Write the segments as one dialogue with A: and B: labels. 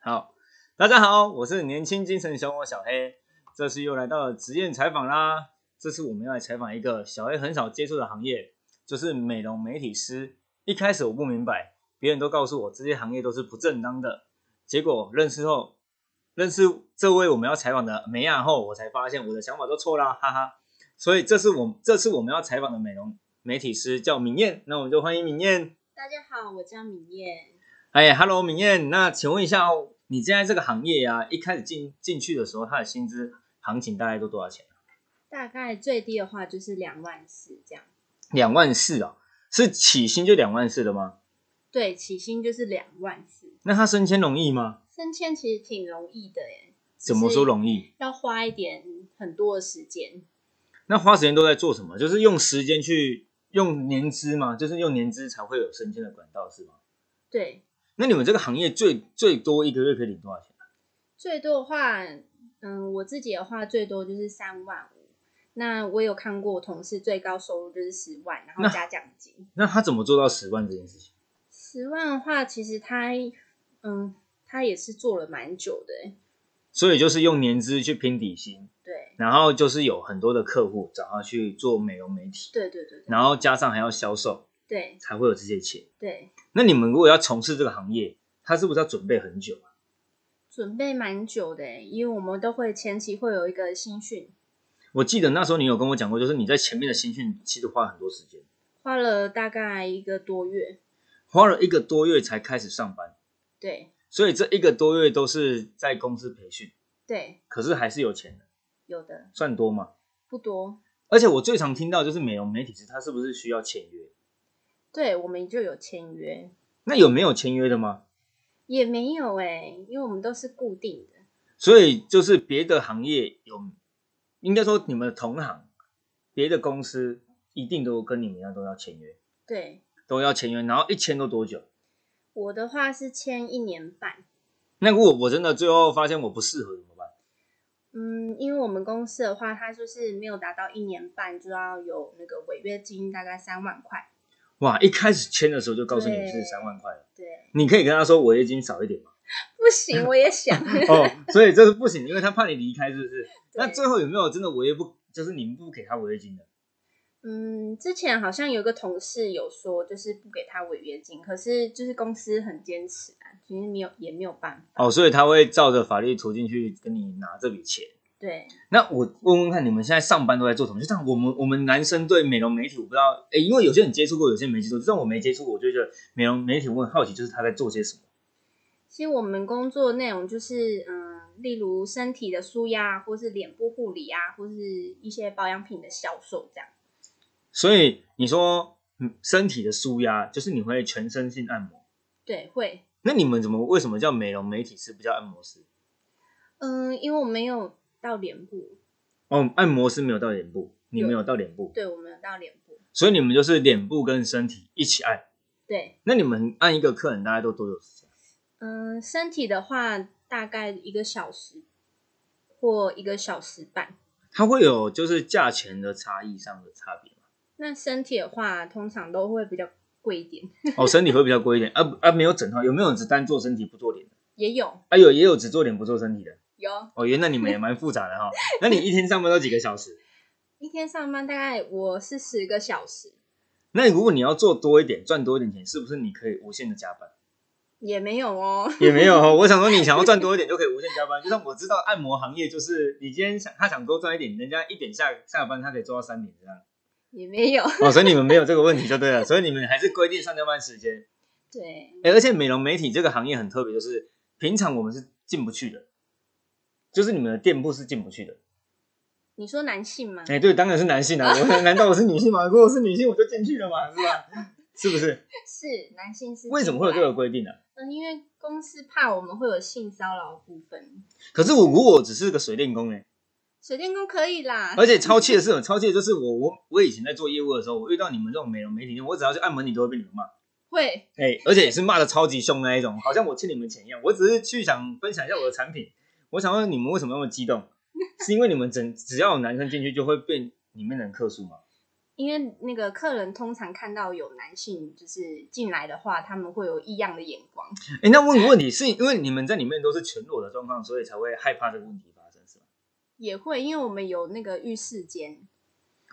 A: 好，大家好，我是年轻精神小伙小黑，这次又来到了职业采访啦。这次我们要来采访一个小黑很少接触的行业，就是美容美体师。一开始我不明白，别人都告诉我这些行业都是不正当的，结果认识后，认识这位我们要采访的梅亚后，我才发现我的想法都错啦，哈哈。所以这是我这次我们要采访的美容美体师叫明艳，那我们就欢迎明艳。
B: 大家好，我叫米燕。
A: 哎，Hello，明艳，那请问一下哦，你现在这个行业啊，一开始进进去的时候，它的薪资行情大概都多少钱？啊
B: 大概最低的话就是两万四这样，
A: 两万四啊，是起薪就两万四的吗？
B: 对，起薪就是两万四。
A: 那他升迁容易吗？
B: 升迁其实挺容易的耶，
A: 怎么说容易？
B: 要花一点很多的时间。
A: 那花时间都在做什么？就是用时间去用年资嘛，就是用年资才会有升迁的管道是吗？
B: 对，
A: 那你们这个行业最最多一个月可以领多少钱？啊
B: 最多的话，嗯，我自己的话最多就是三万五。那我有看过我同事最高收入就是十万，然后
A: 那
B: 加奖金。
A: 那他怎么做到十万这件事情？
B: 十万的话，其实他，嗯，他也是做了蛮久的耶。
A: 所以就是用年资去拼底薪，
B: 对，
A: 然后就是有很多的客户找他去做美容美体，
B: 对对对对
A: 然后加上还要销售，
B: 对
A: 才会有这些钱。
B: 对，
A: 那你们如果要从事这个行业，他是不是要准备很久啊？
B: 准备蛮久的耶，因为我们都会前期会有一个新训，
A: 我记得那时候你有跟我讲过，就是你在前面的新训其实花很多时间，
B: 花了大概一个多月。
A: 花了一个多月才开始上班，
B: 对
A: 所以这一个多月都是在公司培训，
B: 对，
A: 可是还是有钱的，
B: 有的
A: 算多吗？
B: 不多。
A: 而且我最常听到就是美容美体师他是不是需要签约？
B: 对，我们就有签约，
A: 那有没有签约的吗？
B: 也没有哎、因为我们都是固定的。
A: 所以就是别的行业有，应该说你们的同行，别的公司一定都跟你们一样都要签约，
B: 对
A: 都要签约，然后一签都多久？
B: 我的话是签一年半，
A: 那如果我真的最后发现我不适合怎么办？
B: 嗯，因为我们公司的话，它就是没有达到一年半就要有那个违约金，大概三万块。
A: 哇，一开始签的时候就告诉你
B: 对
A: 是三万块了，
B: 对，
A: 你可以跟他说违约金少一 点嘛。
B: 不行，我也想。
A: 哦，所以这是不行，因为他怕你离开，是不是？那
B: 对
A: 最后有没有真的违约不？就是你们不给他违约金的？
B: 嗯，之前好像有一个同事有说，就是不给他违约金，可是就是公司很坚持啊，其实没有也没有办法。
A: 哦，所以他会照着法律途径去跟你拿这笔钱。
B: 对，
A: 那我问问看，你们现在上班都在做什么？就像我们我们男生对美容美体，我不知道，诶，因为有些人接触过，有些人没接触。就算我没接触过，我就觉得美容美体，我很好奇，就是他在做些什么。
B: 其实我们工作内容就是，嗯，例如身体的舒压，或是脸部护理啊，或是一些保养品的销售这样。
A: 所以你说，嗯，身体的舒压就是你会全身性按摩。
B: 对，会，
A: 那你们怎么为什么叫美容美体师不叫按摩师？
B: 嗯，因为我没有到脸部，
A: 哦，按摩师没有到脸部，你们有到脸部，
B: 对我没有到脸部，
A: 所以你们就是脸部跟身体一起按。
B: 对，
A: 那你们按一个客人大概都多久时间？
B: 嗯，身体的话大概一个小时或一个小时半。
A: 它会有就是价钱的差异上的差别吗？
B: 那身体的话，通常都会比较贵一点，
A: 哦，身体会比较贵一点，啊不啊没有整套，有没有只单做身体不做脸的？
B: 也有
A: 啊有也有只做脸不做身体的。
B: 有
A: 哦，原来你们也蛮复杂的哈、那你一天上班都几个小时？
B: 一天上班大概我是十个小时，
A: 那如果你要做多一点，赚多一点钱，是不是你可以无限的加班？
B: 也没有哦。
A: 也没有哦，我想说你想要赚多一点就可以无限加班，就像我知道按摩行业就是你今天想他想多赚一点，人家一点下下班他可以做到三点这样。
B: 也没有。
A: 哦，所以你们没有这个问题就对了，所以你们还是规定上下班时间。
B: 对
A: 哎、而且美容美体这个行业很特别，就是平常我们是进不去的，就是你们的店铺是进不去的。
B: 你说男性吗？
A: 哎、对，当然是男性啊， 我难道我是女性吗？如果我是女 性我就进去了嘛，是吧？是不是？
B: 是男性是
A: 为什么会有这
B: 进不来
A: 个规定呢、啊
B: 的？嗯，因为公司怕我们会有性骚扰的部分，
A: 可是我如果我只是个水电工呢、
B: 水电工可以 啦。
A: 而且超气的是什么？超气的就是我我我以前在做业务的时候，我遇到你们这种美容美体店，我只要去按摩你都会被你们骂，
B: 会
A: 哎、而且也是骂的超级凶那一种，好像我欠你们钱一样。我只是去想分享一下我的产品，我想问你们为什 么那么激动？是因为你们整只要有男生进去就会被里面的人客诉吗？
B: 因为那个客人通常看到有男性就是进来的话，他们会有异样的眼光。
A: 哎，那问个问题，是因为你们在里面都是全裸的状况，所以才会害怕这个问题发生，是吗？
B: 也会，因为我们有那个浴室间，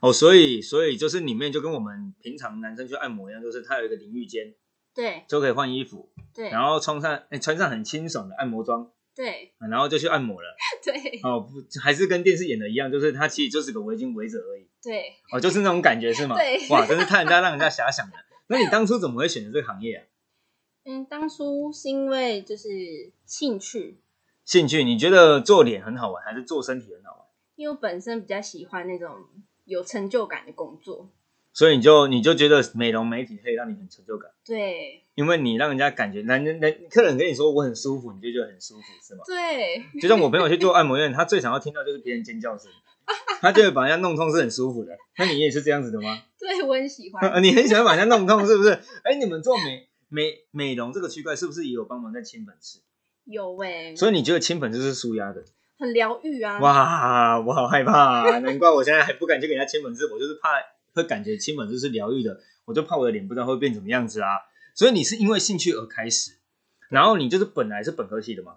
A: 哦，所以所以就是里面就跟我们平常男生去按摩一样，就是它有一个淋浴间，
B: 对
A: 就可以换衣服，
B: 对
A: 然后穿上哎穿上很清爽的按摩装，
B: 对
A: 然后就去按摩了。
B: 对
A: 哦，不，还是跟电视演的一样，就是它其实就是个围巾围着而已。
B: 对，
A: 哦，就是那种感觉是吗？
B: 对
A: 哇，真是太人家让人家遐想了。那你当初怎么会选择这个行业啊？
B: 嗯，当初是因为就是兴趣，
A: 兴趣？你觉得做脸很好玩，还是做身体很好玩？
B: 因为我本身比较喜欢那种有成就感的工作，
A: 所以你就你就觉得美容美体可以让你很成就感，
B: 对
A: 因为你让人家感觉男人男客人跟你说我很舒服，你就觉得很舒服是吗？
B: 对
A: 就像我朋友去做按摩院，他最想要听到就是别人尖叫声，他就会把人家弄痛是很舒服的。那你也是这样子的吗？
B: 对，我很喜欢，
A: 啊你很喜欢把人家弄痛是不 是？哎，你们做美美美容这个区块是不是也有帮忙在清粉刺？
B: 有哎、
A: 所以你觉得清粉刺是舒压的？
B: 很疗愈啊，
A: 哇，我好害怕、啊，难怪我现在还不敢去给人家亲粉刺，我就是怕会感觉亲粉刺是疗愈的，我就怕我的脸不知道会变怎么样子啊。所以你是因为兴趣而开始，然后你就是本来是本科系的嘛，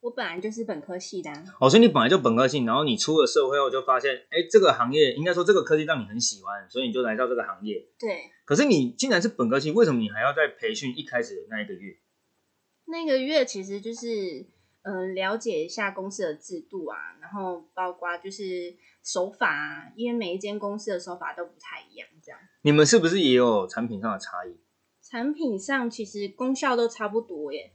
B: 我本来就是本科系的、啊，
A: 哦，所以你本来就本科系，然后你出了社会后就发现，哎，这个行业应该说这个科技让你很喜欢，所以你就来到这个行业。
B: 对，
A: 可是你竟然是本科系，为什么你还要在培训一开始的那一个月？
B: 那个月其实就是嗯、呃了解一下公司的制度啊，然后包括就是手法啊，因为每一间公司的手法都不太一样，这样
A: 你们是不是也有产品上的差异？
B: 产品上其实功效都差不多耶。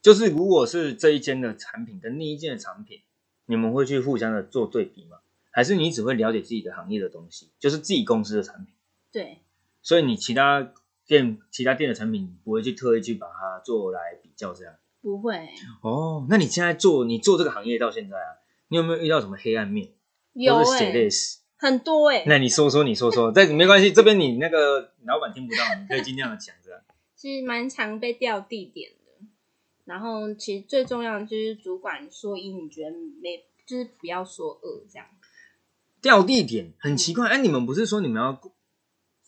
A: 就是如果是这一间的产品跟另一间的产品，你们会去互相的做对比吗？还是你只会了解自己的行业的东西，就是自己公司的产品，
B: 对
A: 所以你其他店其他店的产品不会去特意去把它做来比较这样？
B: 不会
A: 哦，那你现在做你做这个行业到现在啊，你有没有遇到什么黑暗面，
B: 有
A: 或是血
B: 哎
A: 泪，史？
B: 很多哎。
A: 那你说说，你说说，但没关系，这边你那个老板听不到，你可以尽量的讲啊这样。
B: 其实蛮常被调地点的。然后其实最重要的就是主管说一，你觉得没就是不要说二这样。
A: 掉地点很奇怪，哎、你们不是说你们要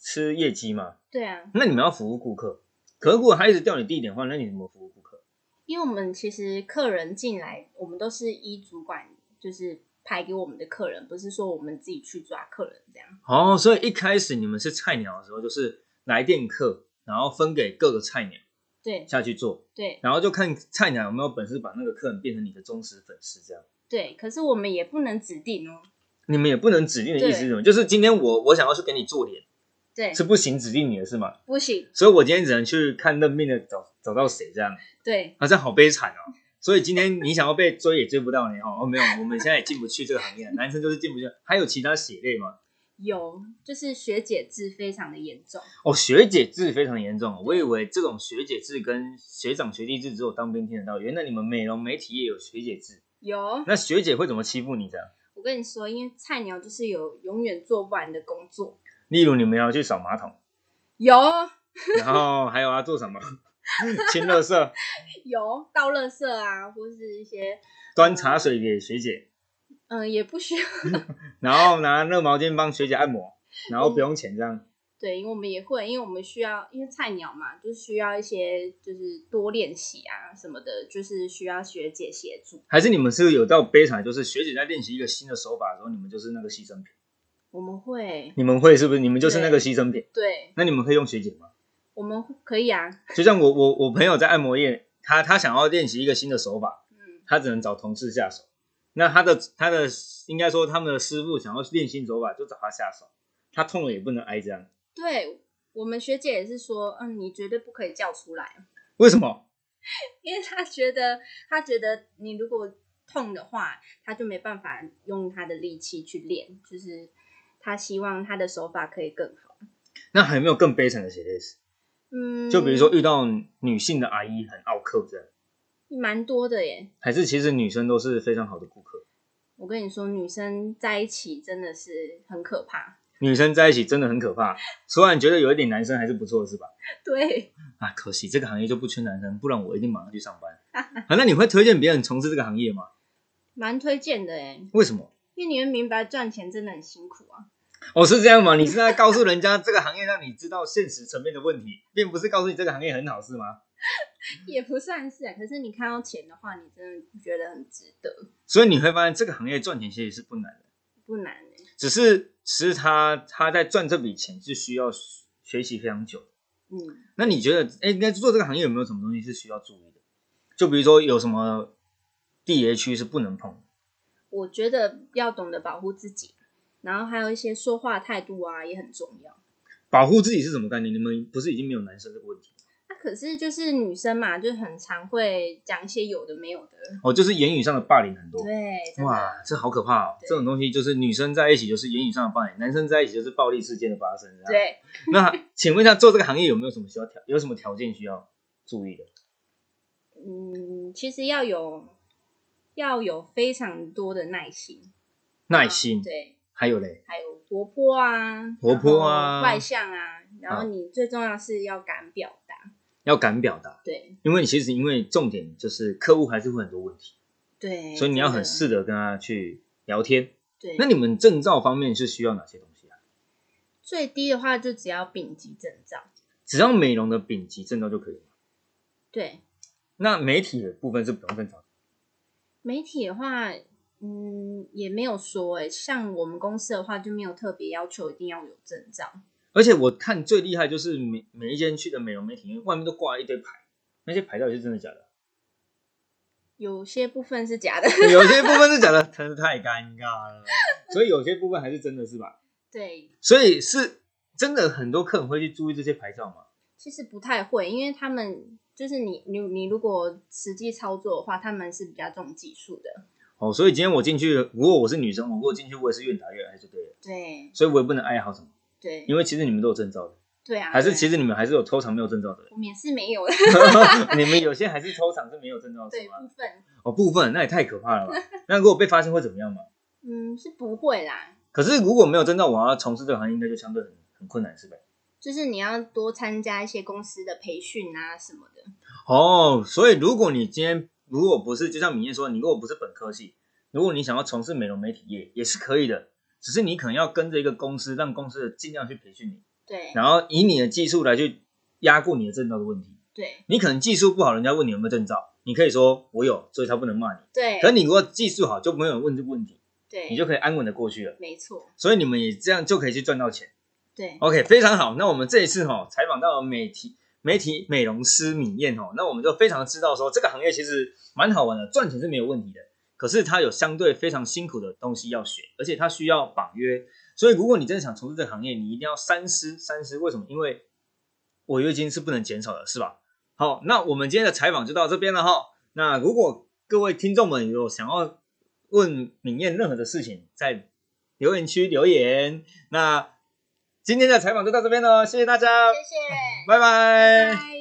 A: 吃业绩吗？
B: 对啊，
A: 那你们要服务顾客，可是如果他一直调你地点的话，那你怎么服务顾客？
B: 因为我们其实客人进来，我们都是依主管就是排给我们的客人，不是说我们自己去抓客人这样。
A: 哦，所以一开始你们是菜鸟的时候，就是来电客，然后分给各个菜鸟
B: 对
A: 下去做，
B: 对
A: 然后就看菜鸟有没有本事把那个客人变成你的忠实粉丝这样。
B: 对，可是我们也不能指定哦。
A: 你们也不能指定的意思是什么？就是今天我我想要去给你做脸，
B: 对，
A: 是不行指定你的是吗？
B: 不行。
A: 所以我今天只能去看认命的找找到谁这样，
B: 对
A: 啊，这样好悲惨哦。所以今天你想要被追也追不到你哦，哦没有，我们现在也进不去这个行业，男生就是进不去。还有其他血泪吗？
B: 有就是学姐制非常的严重。
A: 哦，学姐制非常严重哦，我以为这种学姐制跟学长学弟制只有当兵听得到，原来你们美容媒体也有学姐制。
B: 有，
A: 那学姐会怎么欺负你的？
B: 我跟你说，因为菜鸟就是有永远做不完的工作。
A: 例如你们要去扫马桶，
B: 有
A: 然后还有要做什么？清垃圾、
B: 有倒垃圾啊，或是一些
A: 端茶水给学姐，
B: 嗯、呃也不需要
A: 然后拿热毛巾帮学姐按摩，然后不用钱这样。
B: 对，因为我们也会，因为我们需要，因为菜鸟嘛，就需要一些就是多练习啊什么的，就是需要学姐协助。
A: 还是你们是有到悲惨，就是学姐在练习一个新的手法的时候，你们就是那个牺牲品。
B: 我们会
A: 你们会是不是？你们就是那个牺牲品。
B: 对，
A: 那你们可以用学姐吗？
B: 我们会可以啊，
A: 就像我我我朋友在按摩业，他他想要练习一个新的手法，
B: 嗯，
A: 他只能找同事下手。那他的他的应该说他们的师傅想要练新手法，就找他下手。他痛了也不能挨这样，
B: 对我们学姐也是说，嗯，你绝对不可以叫出来，
A: 为什么？
B: 因为她觉得她觉得你如果痛的话，她就没办法用她的力气去练，就是她希望她的手法可以更好。
A: 那还有没有更悲惨的血泪史？
B: 嗯，
A: 就比如说遇到女性的阿姨很傲客这样，
B: 蛮多的耶，
A: 还是其实女生都是非常好的顾客，
B: 我跟你说，女生在一起真的是很可怕。
A: 女生在一起真的很可怕。虽然觉得有一点男生还是不错，是吧？
B: 对，
A: 啊，可惜这个行业就不缺男生，不然我一定马上去上班。啊，那你会推荐别人从事这个行业吗？
B: 蛮推荐的哎，
A: 为什么？
B: 因为你会明白赚钱真的很辛苦啊。
A: 哦，是这样吗？你是在告诉人家这个行业让你知道现实层面的问题，并不是告诉你这个行业很好，是吗？
B: 也不算是啊。可是你看到钱的话，你真的觉得很值得，
A: 所以你会发现这个行业赚钱其实是不难的，
B: 不难、欸、
A: 只是是他他在赚这笔钱是需要学习非常久的。
B: 嗯，
A: 那你觉得，哎，那做这个行业有没有什么东西是需要注意的？就比如说有什么地雷区是不能碰的？
B: 我觉得要懂得保护自己，然后还有一些说话态度啊也很重要。
A: 保护自己是什么概念？你们不是已经没有男生这个问题了？
B: 那、啊可是就是女生嘛，就很常会讲一些有的没有的，
A: 哦，就是言语上的霸凌很多。
B: 对，真的
A: 哇，这好可怕哦！
B: 对
A: 这种东西就是女生在一起就是言语上的霸凌，男生在一起就是暴力事件的发生。这样。
B: 对。
A: 那请问一下，做这个行业有没有什么需要条有什么条件需要注意的？
B: 嗯，其实要有要有非常多的耐心，
A: 耐心，
B: 对，
A: 还有嘞，
B: 还有活泼啊，
A: 活泼啊
B: 然后外向啊，然
A: 啊
B: 后你最重要是要敢表达，
A: 要敢表达，
B: 对
A: 因为你其实因为重点就是客户还是会很多问题，
B: 对，
A: 所以你要很
B: 真的
A: 适得跟他去聊天。
B: 嗯对。
A: 那你们证照方面是需要哪些东西啊？
B: 最低的话就只要丙级证照，
A: 只要美容的丙级证照就可以了。
B: 对，
A: 那媒体的部分是不用证照的，
B: 媒体的话，嗯，也没有说哎、像我们公司的话就没有特别要求一定要有证照，
A: 而且我看最厉害就是每每一间去的美容媒体，因为外面都挂了一堆牌，那些牌到底是真的假的？
B: 有些部分是假的，
A: 有些部分是假的，真是太尴尬 了。所以有些部分还是真的是吧？
B: 对，
A: 所以是真的很多客人会去注意这些牌照嘛？
B: 其实不太会，因为他们就是你你你如果实际操作的话，他们是比较重技术的，
A: 哦，所以今天我进去，如果我是女生，我如果进去，我也是越打越爱就对了。
B: 对
A: 所以我也不能哀嚎什么，
B: 对
A: 因为其实你们都有证照的，
B: 对啊，
A: 还是
B: 对
A: 其实你们还是有偷藏没有证照的人。
B: 我们也是没有的，
A: 你们有些还是抽厂是没有证照的
B: 对
A: 是吗？
B: 部分，
A: 哦，部分那也太可怕了吧？那如果被发现会怎么样嘛？
B: 嗯，是不会啦，
A: 可是如果没有证照，我要从事这个行业应该就相对很很困难，是吧？
B: 就是你要多参加一些公司的培训啊什么的，
A: 哦，所以如果你今天如果不是，就像明燕说，你如果不是本科系，如果你想要从事美容媒体业也是可以的，只是你可能要跟着一个公司，让公司的尽量去培训你，
B: 对
A: 然后以你的技术来去压过你的证照的问题。
B: 对
A: 你可能技术不好，人家问你有没有证照，你可以说我有，所以他不能骂你。
B: 对
A: 可是你如果技术好，就没有人问这个问题，
B: 对，
A: 你就可以安稳的过去了。
B: 没错，
A: 所以你们也这样就可以去赚到钱。
B: 对
A: OK，非常好。那我们这一次哈、采访到了美体媒体美容师米燕哦，那我们就非常知道说这个行业其实蛮好玩的，赚钱是没有问题的，可是它有相对非常辛苦的东西要学，而且它需要绑约。所以如果你真的想从事这个行业，你一定要三思三思。为什么？因为违约金是不能减少的，是吧？好，那我们今天的采访就到这边了哈。那如果各位听众们有想要问敏燕任何的事情，在留言区留言。那今天的采访就到这边喽，谢谢大家，
B: 谢谢，
A: 拜拜
B: 拜。